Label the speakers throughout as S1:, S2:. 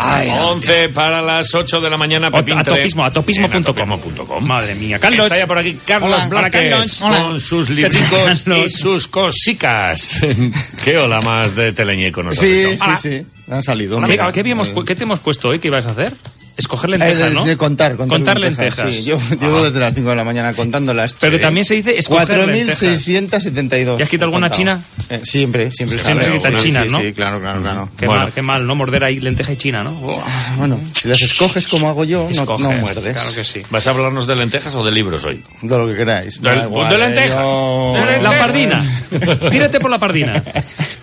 S1: Oh,
S2: Ay,
S3: 11 para las 8 de la mañana.
S2: Eh, Ot-
S3: Pepín Tre-
S2: atopismo, atopismo
S3: en
S2: punto com.
S3: atopismo.com.
S2: Madre mía, Carlos.
S3: Está ya por aquí Carlos
S2: Hola, hola,
S3: Blázquez,
S2: Carlos.
S3: con
S2: Hola.
S3: sus libricos y
S2: Carlos.
S3: sus cosicas. Qué hola más de Teleñeco nos has
S1: Sí,
S3: hecho.
S1: sí,
S2: Hola.
S1: sí. Han salido.
S2: ah, Amiga,
S1: mira.
S2: ¿qué, habíamos pu- qué te hemos puesto hoy que ibas a hacer? Escoger lentejas,
S1: Es de-
S2: ¿no?
S1: Eh, de contar, contar,
S2: lentejas. Ah.
S1: Sí, yo llevo desde las 5 de la mañana contándolas.
S2: Pero también se dice escoger lentejas.
S1: 4.672.
S2: ¿Y has quitado alguna
S1: He contado.
S2: china?
S1: Eh, siempre, siempre.
S2: Sí, siempre
S1: Claro,
S2: quitas
S1: sí,
S2: chinas,
S1: sí,
S2: ¿no?
S1: Sí, claro, claro, claro.
S2: Qué
S3: Bueno.
S2: mal, qué mal, no morder ahí lenteja y china, ¿no? Oh,
S1: Ah, Bueno, si las escoges como hago yo, no,
S2: escoge.
S1: no muerdes.
S2: Claro que sí.
S3: ¿Vas a hablarnos de lentejas o de libros hoy?
S1: De lo que queráis.
S3: De,
S1: Da igual,
S3: de
S1: eh,
S3: lentejas.
S1: yo-
S3: De lentejas.
S2: La pardina. Tírate por la pardina.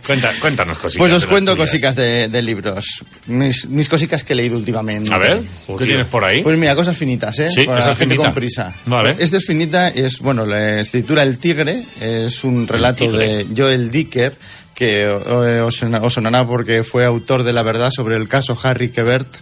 S3: Cuenta- cuéntanos cositas.
S1: Pues
S3: de
S1: os
S3: las
S1: cuento
S3: tuyas.
S1: cosicas de, de libros. Mis, mis cosicas que he leído últimamente.
S3: A ver, ¿qué
S2: Joder.
S3: tienes por ahí?
S1: Pues mira, cosas finitas, ¿eh?
S3: Sí,
S1: Para
S3: esa
S1: la gente
S3: finita.
S1: con prisa.
S3: Vale.
S1: Esta es finita, es, bueno, la escritura El Tigre, es un relato
S3: Tigre.
S1: de Joel Dicker, que eh, os, sona- os sonará porque fue autor de la verdad sobre el caso Harry Quebert,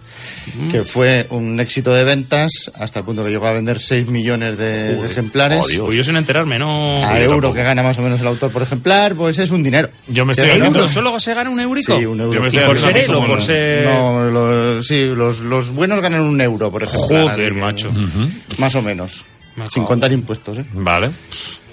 S3: Mm.
S1: que fue un éxito de ventas hasta el punto que llegó a vender 6 millones de, de ejemplares.
S3: Oh, Dios.
S2: Pues yo sin enterarme, no.
S1: a
S3: yo
S1: euro
S3: tampoco.
S1: que gana más o menos el autor por ejemplar, pues es un dinero.
S3: Yo me
S1: Que
S3: estoy
S1: es un
S3: haciendo-
S2: ¿Euro?
S1: euro.
S2: ¿Solo se gana un eurico?
S1: Sí, un
S3: Yo
S1: euro.
S3: me
S2: ¿Y
S3: estoy
S2: por
S3: haciendo
S2: ser
S3: más
S2: él o
S3: como
S2: por
S3: no.
S2: ser.?
S1: No, los, sí, los, los buenos ganan un euro, por ejemplo.
S2: Joder,
S1: Así que-
S2: macho.
S1: Más o menos.
S2: Me
S1: Sin
S2: cago.
S1: contar impuestos, ¿eh?
S3: Vale.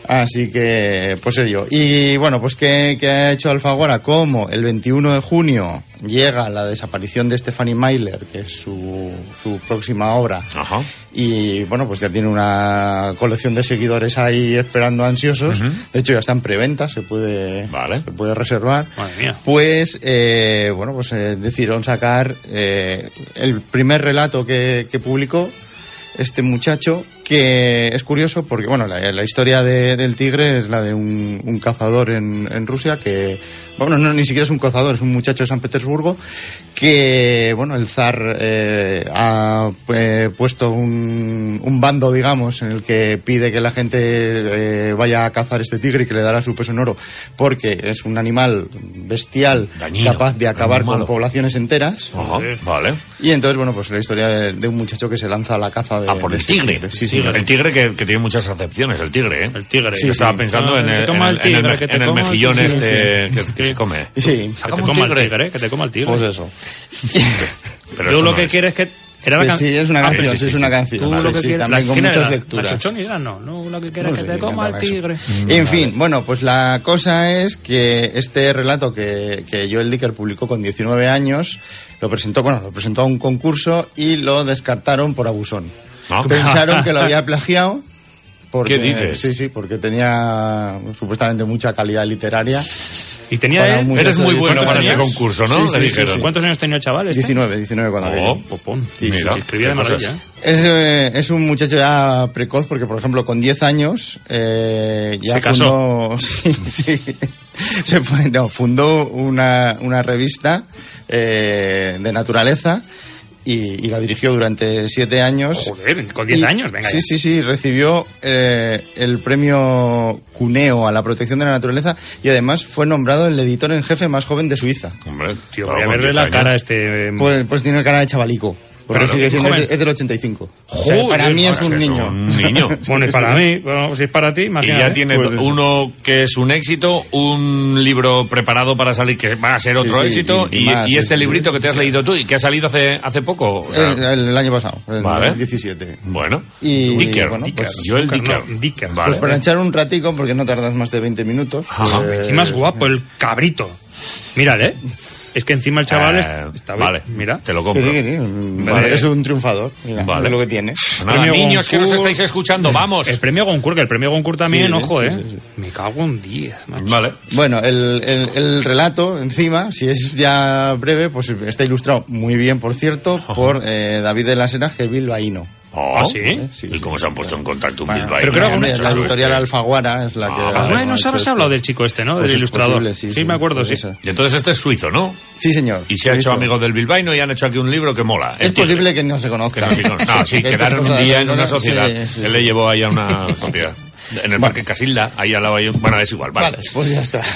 S1: Así que, pues ello. Y bueno, pues ¿qué, qué ha hecho Alfaguara? ¿Cómo? El 21 de junio llega la desaparición de Stephanie Myler, que es su, su próxima obra.
S3: Ajá.
S1: Y bueno, pues ya tiene una colección de seguidores ahí esperando ansiosos. De hecho, ya está en preventa, se puede,
S3: Vale.
S1: se puede reservar.
S2: Madre mía.
S1: Pues, eh, bueno, pues eh, decidieron sacar eh, el primer relato que, que publicó este muchacho, que es curioso porque, bueno, la, la historia de- del tigre es la de un, un cazador en, en Rusia que, bueno, no, ni siquiera es un cazador, es un muchacho de San Petersburgo que, bueno, el zar eh, ha eh, puesto un, un bando, digamos, en el que pide que la gente eh, vaya a cazar este tigre y que le dará su peso en oro porque es un animal bestial
S3: Dañino,
S1: capaz de acabar
S3: malo. Oh.
S1: con poblaciones enteras.
S3: Ajá. Vale.
S1: Y entonces, bueno, pues la historia de, de un muchacho que se lanza a la caza de...
S3: Ah, por
S1: de
S3: el
S1: este
S3: tigre.
S1: Sí, sí.
S3: El tigre que, que tiene muchas acepciones, el tigre, ¿eh?
S2: El tigre.
S1: Sí,
S3: Yo estaba
S1: sí.
S3: pensando
S2: Ah,
S3: en
S2: que
S3: el,
S2: te coma
S3: en
S2: el
S3: el- en el
S2: tigre,
S3: me-
S2: que te
S3: en el
S2: coma el
S3: mejillón
S2: tigre.
S3: este que- que se come.
S1: Sí,
S2: Que
S3: Sácame
S2: te
S3: un
S2: coma el
S3: tigre.
S2: tigre, eh, que te coma el tigre.
S1: pues eso.
S3: Pero
S2: Yo
S3: esto
S2: lo
S3: no
S2: que
S3: es.
S2: quiero es que. Era la
S1: Sí,
S2: can-
S1: sí, es una
S2: Ah,
S1: canción,
S3: sí, sí,
S1: sí, es
S3: sí.
S1: una
S2: Tú
S1: canción.
S2: lo que
S1: Sí, sí,
S2: quieres-
S1: también
S2: la-
S1: con
S2: ¿quién era
S1: muchas
S2: la-
S1: lecturas.
S2: La Chochoni era, no, no, lo
S1: No
S2: que
S3: Pues
S2: quieras
S1: sé
S2: que te
S1: quién
S2: coma el
S1: cantaba eso.
S2: tigre.
S3: Mm,
S1: En fin, bueno, pues la cosa es que este relato que, que Joel Dicker publicó con 19 años, lo presentó, bueno, lo presentó a un concurso y lo descartaron por abusón.
S3: Ah.
S1: Pensaron que lo había plagiado. Porque,
S3: ¿Qué dices?
S1: Sí, sí, porque tenía supuestamente mucha calidad literaria.
S2: Y tenía
S1: Para
S2: él.
S1: un
S3: Eres muy bueno para este
S1: Años.
S3: concurso, ¿no?
S1: Sí,
S3: Le
S1: sí,
S3: dijeron.
S1: sí,
S2: ¿Cuántos años tenía el chaval? Este?
S1: 19, 19 cuando
S3: Oh,
S1: aquello.
S2: Popón.
S1: Sí,
S3: mira,
S2: Escribía de
S3: qué cosas.
S2: maravilla. ¿eh?
S1: Es, eh, es un muchacho ya precoz porque, por ejemplo, con 10 años eh, ya
S2: Se
S1: fundó...
S2: casó.
S1: Sí, sí. Se fue- no, fundó una, una revista eh, de naturaleza y, y la dirigió durante 7 años.
S2: Joder, con 10
S1: Y-
S2: años, venga.
S1: Sí,
S2: ya.
S1: sí, sí, recibió eh, el premio Cuneo a la protección de la naturaleza y además fue nombrado el editor en jefe más joven de Suiza.
S3: Hombre,
S2: Tío,
S3: claro,
S2: voy a
S3: con
S2: verle
S3: 10
S2: la
S3: años.
S2: cara a este. eh,
S1: Pues, pues tiene cara de chavalico. Porque
S3: Claro,
S1: sigue
S3: es
S1: siendo, es,
S2: joven.
S1: de- es del 85. O sea,
S2: Joder,
S1: para mí
S2: bueno,
S1: es un
S3: Es
S1: niño.
S3: Un niño.
S2: Bueno, y para mí, bueno, si es para ti,
S3: Y
S2: imagínate.
S3: ya tiene
S1: Pues eso.
S3: uno que es un éxito, un libro preparado para salir que va a ser otro
S1: sí,
S3: éxito
S1: y-
S3: y,
S1: y más,
S3: y este
S1: sí, sí.
S3: librito que te has leído tú y que ha salido hace, hace poco. o sea,
S1: El, el año pasado, el
S3: Vale.
S1: 2017.
S3: bueno,
S1: y,
S3: Dicker,
S1: bueno,
S3: Dicker,
S1: pues,
S3: Joel
S2: Dicker,
S3: Dicker.
S2: no, Dicker.
S3: Vale.
S1: Pues para echar un ratico, porque no tardas más de 20 minutos.
S3: Ajá.
S1: pues-
S2: Encima es guapo el cabrito. Mírale, ¿eh? Es que encima el chaval es-
S3: Eh,
S2: está bien.
S3: vale,
S2: Mira.
S3: te lo
S1: Sí,
S3: compro.
S1: sí, sí, mm,
S3: Vale.
S1: Es un triunfador. Mira,
S3: Vale.
S1: es lo que tiene.
S3: Nada,
S2: Premio
S3: niños que nos
S2: Goncourt. Eh,
S3: estáis escuchando, vamos.
S2: El premio Goncourt, que el premio Goncourt también,
S1: Sí,
S2: ojo,
S1: sí,
S2: ¿eh?
S1: sí, sí.
S2: Me cago en 10, macho.
S3: Vale.
S1: Bueno, el, el- el relato, encima, si es ya breve, pues está ilustrado muy bien, por cierto, por eh, David de las Heras, que es bilbaíno.
S2: ¿Oh?
S1: Ah,
S3: Ah, sí.
S1: ¿eh? Sí,
S3: ¿Y
S1: sí,
S3: cómo se han puesto en contacto un
S1: Bueno,
S3: Bilbao?
S2: pero creo que
S3: han
S2: una-
S3: hecho
S1: la
S3: eso,
S1: editorial
S3: este?
S1: Alfaguara es la que.
S3: Ah,
S2: Alguna vez nos
S1: ha
S2: habrás
S1: hecho
S2: hablado
S1: esto.
S2: del chico este, ¿no?
S1: Pues
S2: del
S1: es
S2: ilustrador.
S1: posible, sí, sí,
S2: me acuerdo, sí.
S1: esa.
S3: Y entonces este es suizo, ¿no?
S1: Sí, señor.
S3: Y se ha hecho
S1: Listo.
S3: amigo del bilbaíno y han hecho aquí un libro que mola.
S1: Es
S3: El tigre.
S1: posible que no se
S3: Que
S1: conozca.
S3: no, sí, no, no,
S1: Porque
S3: sí, quedaron
S1: estas
S3: un
S1: cosas
S3: día
S1: de
S3: en una
S1: Andorra,
S3: sociedad.
S1: sí, sí,
S3: Él
S1: sí.
S3: le llevó ahí a una sociedad. En el Parque Casilda, ahí al lado hay un... Bueno, es igual, vale.
S1: Vale, pues ya está.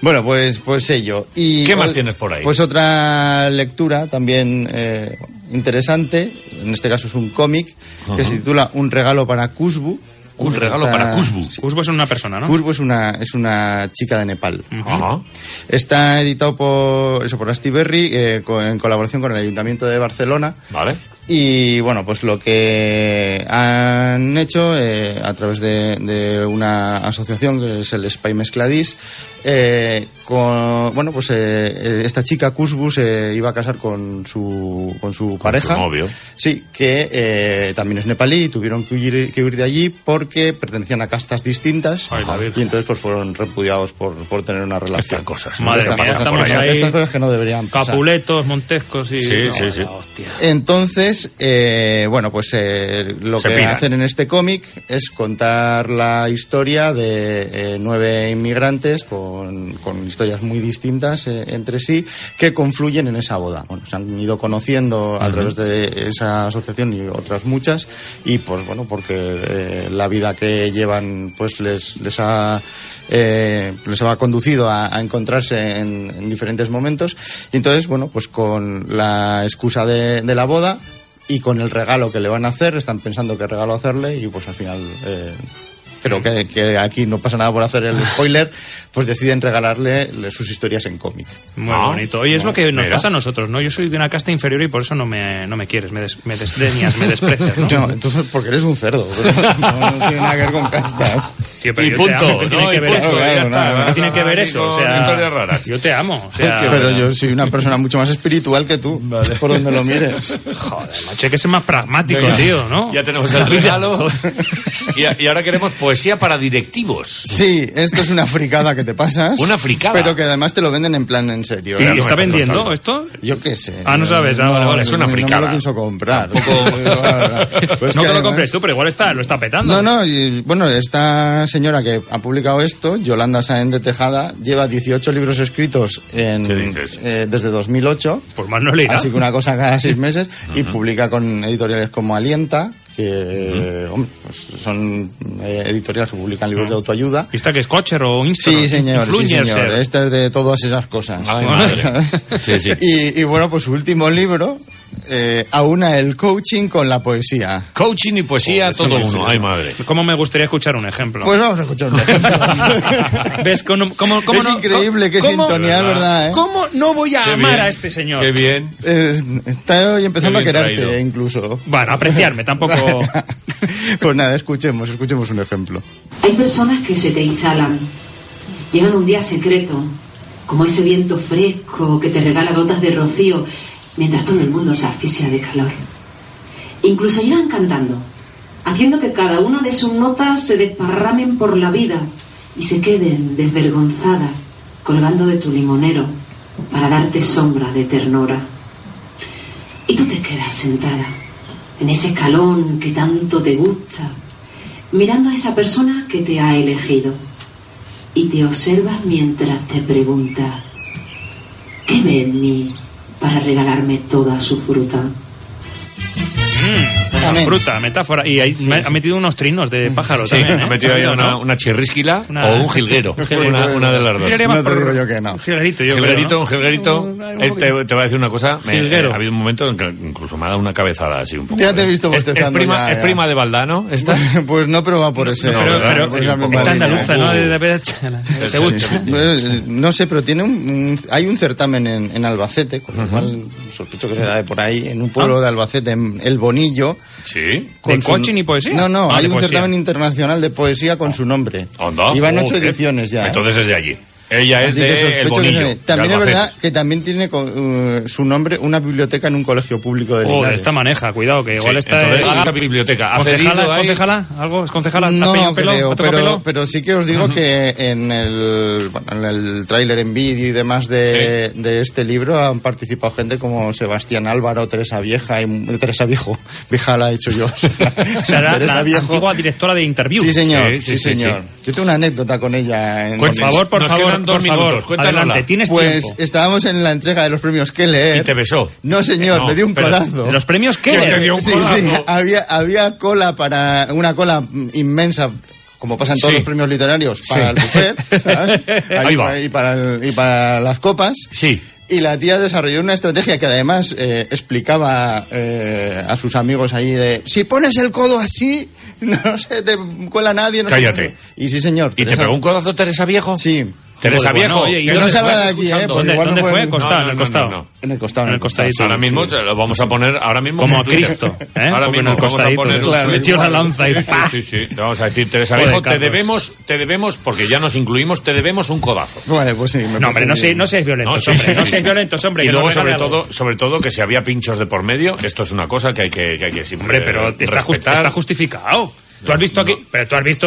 S1: Bueno, pues, pues ello. Y
S3: ¿Qué más
S1: ol-
S3: tienes por ahí?
S1: Pues otra lectura también eh, interesante, en este caso es un cómic, que se titula Un regalo para Kusbu.
S3: Un regalo
S1: Esta-
S3: para Kusbu.
S2: Cusbo es una persona, ¿no?
S1: Kusbu es una, es una chica de Nepal.
S3: Ajá.
S1: Está editado por, eso, por Asti Berry, eh, co- en colaboración con el Ayuntamiento de Barcelona.
S3: Vale.
S1: Y bueno, pues lo que han hecho eh, a través de, de una asociación que es el Spy Mezcladís, eh, con, bueno, pues eh, eh, esta chica Cusbus se iba a casar con su, con su pareja.
S3: novio.
S1: Sí, que eh, también es nepalí y tuvieron que huir, que huir de allí porque pertenecían a castas distintas
S2: Ay, la Virgen.
S1: y entonces pues fueron repudiados por, por tener una relación.
S3: Estas cosas.
S2: Madre
S1: Estas
S2: mía,
S1: cosas,
S2: estamos
S1: estas
S2: ahí.
S1: estas cosas que no deberían pasar.
S2: Capuletos, Montescos y...
S3: Sí,
S2: No,
S3: sí, sí.
S2: la hostia.
S1: Entonces, eh, bueno, pues eh, lo
S3: Se
S1: que
S3: piran.
S1: hacen en este cómic es contar la historia de eh, nueve inmigrantes con, con historias muy distintas eh, entre sí que confluyen en esa boda. Bueno, se han ido conociendo a través de esa asociación y otras muchas y pues bueno, porque eh, la vida que llevan pues les, les ha... eh, les ha conducido a, a encontrarse en, en diferentes momentos y entonces bueno pues con la excusa de- de la boda y con el regalo que le van a hacer, están pensando qué regalo hacerle y pues al final eh, creo que, que aquí no pasa nada por hacer el spoiler, pues deciden regalarle le- sus historias en cómic.
S2: Muy
S3: Ah,
S2: bonito. Oye, es lo que nos
S3: mira.
S2: pasa a nosotros, ¿no? Yo soy de una casta inferior y por eso no me, no me quieres, me, des- me desdeñas, me desprecias, ¿no?
S1: No, entonces porque eres un cerdo, no, no tiene nada que ver con castas.
S2: Tío, pero
S3: Y
S2: yo te
S3: punto.
S2: amo, ¿qué tiene
S3: ¿no?
S2: que
S3: Y
S2: ver
S3: punto,
S2: eso?
S1: Claro,
S3: ya
S1: claro,
S3: está.
S1: nada,
S2: ¿Qué tiene que ver eso? O sea,
S3: Historias raras.
S2: Yo te amo. O sea,
S1: Pero yo soy una persona mucho más espiritual que tú, por donde lo mires.
S2: Joder, macho, hay que ser más pragmático,
S3: Venga.
S2: tío, ¿no?
S3: Ya tenemos el regalo. y, a- y ahora queremos poesía para directivos.
S1: Sí, esto es una fricada que te pasas.
S3: Una fricada.
S1: Pero que además te lo venden en plan en serio. ¿eh?
S2: ¿Y
S3: Ya no me
S2: está
S3: estás
S2: vendiendo
S3: lanzando.
S2: esto?
S1: Yo qué sé.
S2: Ah, no sabes. Ah, vale, vale,
S3: es una
S1: no- No me
S3: fricada.
S1: lo pienso comprar. Pues
S2: no
S1: que
S2: que lo
S1: además-
S2: compres tú, pero igual está, lo está
S1: No,
S2: petando.
S1: no, y, bueno, esta señora que ha publicado esto, Yolanda Saén de Tejada, lleva 18 libros escritos en,
S3: ¿Qué dices?
S1: eh, desde 2008,
S2: Pues más no le irá.
S1: así que una cosa cada seis meses, y publica con editoriales como Alienta, que hombre, pues son eh, editoriales que publican libros de autoayuda.
S2: ¿Y está que es cocher o insta?
S1: Sí, señor, sí, señor.
S2: Influencer. ¿eh?
S1: Esta es de todas esas cosas.
S3: Ay, madre. Sí, sí.
S1: Y, y bueno, pues su último libro, eh, aúna el coaching con la poesía.
S3: Coaching y poesía,
S1: Joder,
S3: todo
S1: sí, sí,
S3: uno.
S1: sí.
S3: Ay, madre.
S2: ¿Cómo me gustaría escuchar un ejemplo?
S1: Pues vamos a escuchar un ejemplo.
S2: ¿Ves cómo, cómo, cómo
S1: es
S2: no-
S1: increíble, qué
S2: cómo-
S1: sintonía, es ¿verdad? ¿eh?
S2: ¿Cómo no voy a
S3: Qué
S2: amar
S3: bien.
S2: a este señor?
S3: Qué bien.
S1: Eh, está hoy empezando a
S3: Qué bien
S1: quererte,
S3: traído.
S1: incluso.
S2: Bueno, apreciarme, tampoco.
S1: pues nada, escuchemos, escuchemos un ejemplo.
S4: Hay personas que se te instalan. Llegan un día secreto, como ese viento fresco que te regala gotas de rocío mientras todo el mundo se asfixia de calor. Incluso llegan cantando, haciendo que cada una de sus notas se desparramen por la vida y se queden desvergonzadas colgando de tu limonero para darte sombra de ternura. Y tú te quedas sentada en ese escalón que tanto te gusta, mirando a esa persona que te ha elegido. Y te observas mientras te preguntas, ¿qué ve en mí para regalarme toda su fruta?
S2: Una
S1: Amén.
S2: fruta, metáfora. Y ahí me- ha metido unos trinos de pájaro
S3: Sí,
S2: también. ¿eh?
S3: ha metido ahí
S2: ¿No?
S3: una, una chirrísquila
S2: Una-
S3: o un jilguero. una, una de las dos.
S2: Jilguería más
S1: No te
S2: por-
S1: digo yo que no.
S2: un Jilguerito, yo creo,
S3: Jilguerito,
S2: ¿no?
S3: un jilguerito.
S2: Un- un
S3: Eh,
S2: poquito.
S3: te, te voy a decir una cosa. Me,
S2: Jilguero.
S3: eh, ha habido un momento en que incluso me ha dado una cabezada así un poco.
S1: Ya te he
S3: ¿eh?
S1: visto
S3: Es, es
S1: bostezando
S3: prima,
S1: ya,
S3: es
S1: ya.
S3: prima de Valdano, esta.
S1: pues no, pero va por ese.
S3: No,
S2: Pero,
S3: ¿verdad?
S2: pero
S1: por
S3: Sí,
S1: esa
S3: un poco
S1: misma
S2: está
S1: línea,
S2: andaluza,
S1: ¿eh?
S2: ¿no? De- de- de-
S3: Sí,
S2: ¿Te gusta?
S3: sí.
S1: Pues, no sé, pero tiene un, un- hay un certamen en, en Albacete, con lo cual sospecho que será de por ahí, en un pueblo
S3: Ah.
S1: de Albacete, en El Bonillo.
S3: Sí.
S2: ¿De coaching y poesía?
S1: No, no,
S2: Ah,
S1: hay
S2: de
S1: un
S2: poesía.
S3: Ah.
S1: certamen internacional de poesía con su nombre.
S3: Onda.
S1: Y van ocho
S3: Joder.
S1: ediciones ya. ¿eh?
S3: oh, Entonces es de allí. Ella es
S1: Así que
S3: de
S1: sospecho
S3: El
S1: que
S3: Bonillo.
S1: tiene-
S3: de
S1: También es
S3: Albacete.
S1: verdad que también tiene con- eh, su nombre una biblioteca en un colegio público
S3: Oh,
S1: de
S2: Joder,
S1: Linares.
S2: esta maneja, cuidado, que igual
S3: Sí,
S2: está.
S3: entonces,
S2: eh,
S3: la biblioteca. Ha
S2: ¿Concejala?
S3: cedido
S2: ¿Es
S3: ahí-
S2: concejala? ¿Algo? ¿Es concejala? ¿Te has pillado
S1: No
S2: pelo?
S1: creo,
S2: ¿Te toca
S1: pero,
S2: pelo?
S1: pero sí que os digo que en el, bueno, en el tráiler en vídeo y demás de, de este libro han participado gente como Sebastián Álvaro, Teresa Vieja y Teresa Viejo. Vieja la he hecho yo.
S2: O sea, era la antigua directora de Interview.
S1: Sí, señor. Sí,
S3: Sí, sí, sí,
S1: señor. Yo tengo una anécdota con ella. En
S2: Por
S1: con-
S2: favor, por
S3: Nos
S2: favor,
S3: quedan dos
S2: por favor.
S3: minutos, cuéntanosla.
S2: Adelante, tienes
S1: Pues
S2: tiempo.
S1: estábamos en la entrega de los premios Keller.
S3: Y te besó.
S1: No, señor,
S2: No,
S1: me dio un
S2: pero,
S1: codazo.
S2: ¿Los premios
S3: Yo te
S2: qué?
S3: dio un
S1: Sí,
S3: codazo.
S1: sí, había, había cola para, una cola inmensa, como pasa en todos
S3: Sí.
S1: los premios literarios, para el buffet, ¿sabes?
S3: Ahí va.
S1: Y para, el- y para las copas.
S3: Sí.
S1: Y la tía desarrolló una estrategia que además eh, explicaba eh, a sus amigos ahí de, si pones el codo así, no se te cuela nadie. No sé
S3: Cállate.
S1: qué". y sí, señor.
S3: ¿Y te
S1: Teresa-
S3: pegó un codazo Teresa Viejo?
S1: Sí.
S3: Teresa
S2: Joder,
S3: Viejo.
S2: bueno, oye, y
S3: que
S2: no
S3: nos
S1: salga
S3: estás
S1: de aquí, eh,
S3: escuchando.
S1: porque
S2: ¿Dónde,
S1: igual
S2: dónde
S1: no
S2: fue?
S1: fue-
S2: Costado,
S3: No, no,
S2: en el
S3: no, no,
S2: costado.
S3: no.
S1: En el costado.
S2: En el costadito.
S3: Ahora mismo
S1: Sí.
S3: se lo vamos a poner. Ahora mismo
S2: Como
S3: en
S2: a
S3: Twitter.
S2: Cristo, ¿eh?
S3: Ahora
S2: Un poco en
S3: mismo
S2: el
S3: vamos a
S2: costadito.
S3: poner un-
S1: Claro,
S2: Metió la
S1: igual.
S2: lanza y
S3: Sí,
S2: ¡pa!
S3: sí, sí, sí. Le Vamos a decir, Teresa
S2: Joder,
S3: Viejo, te
S2: Carlos.
S3: debemos, te debemos, porque ya nos incluimos, te debemos un codazo.
S1: Vale, pues sí. me
S2: No,
S1: parece
S2: hombre, no
S1: bien.
S2: seáis no seáis violentos,
S3: sí,
S2: hombre.
S3: sí,
S2: No
S3: sí.
S2: seáis violentos, hombre.
S3: Y
S2: que
S3: luego,
S2: nos
S3: sobre
S2: regale algo.
S3: todo, sobre todo, que si había pinchos de por medio, esto es una cosa que hay que, que, hay que siempre
S2: Hombre, pero está, just-
S3: eh, respetar.
S2: está justificado. Tú has visto aquí, pero tú has visto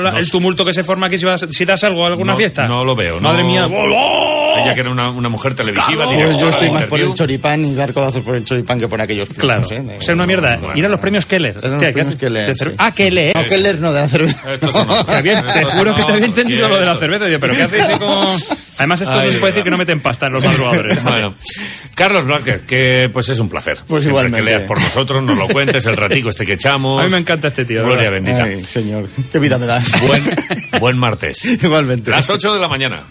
S2: la-
S3: No
S2: el
S3: sé.
S2: tumulto que se forma aquí si, vas- si das algo a alguna
S3: No-
S2: fiesta.
S3: no lo veo,
S2: Madre
S3: no.
S2: mía. ¡Oh, oh!
S3: Ella que era una, una mujer televisiva.
S2: Pues
S1: Pues
S3: directora
S1: yo
S3: de
S1: estoy más por el
S3: Interview.
S1: choripán y dar codazos por el choripán que por aquellos
S2: Claro,
S1: premios, ¿eh? De-
S2: o sea, una mierda.
S1: No,
S2: Ir a los
S1: bueno.
S2: premios Keller.
S1: Eran los
S2: Hostia, ¿qué
S1: premios
S2: haces?
S1: Keller,
S2: De cerve-
S1: sí.
S2: Ah, Keller.
S1: No, Keller no, de la cerveza.
S3: Estos son
S2: Está bien, te
S3: Estos
S2: juro que te había
S3: no,
S2: entendido lo de la
S3: quietos.
S2: cerveza. Digo, Pero ¿qué haces ahí con...? Además, esto
S3: Ay,
S2: no se puede
S3: verdad.
S2: decir que no meten pasta en los madrugadores.
S3: Bueno, Carlos Blázquez, que pues es un placer.
S1: Pues
S3: Siempre
S1: igualmente.
S3: Que leas por nosotros, nos lo cuentes, el ratico este que echamos.
S2: A mí me encanta este tío,
S3: Gloria
S2: ¿verdad?
S3: bendita.
S1: Ay, señor, qué vida me das.
S3: Buen, buen martes.
S1: Igualmente.
S3: Las 8 de la mañana.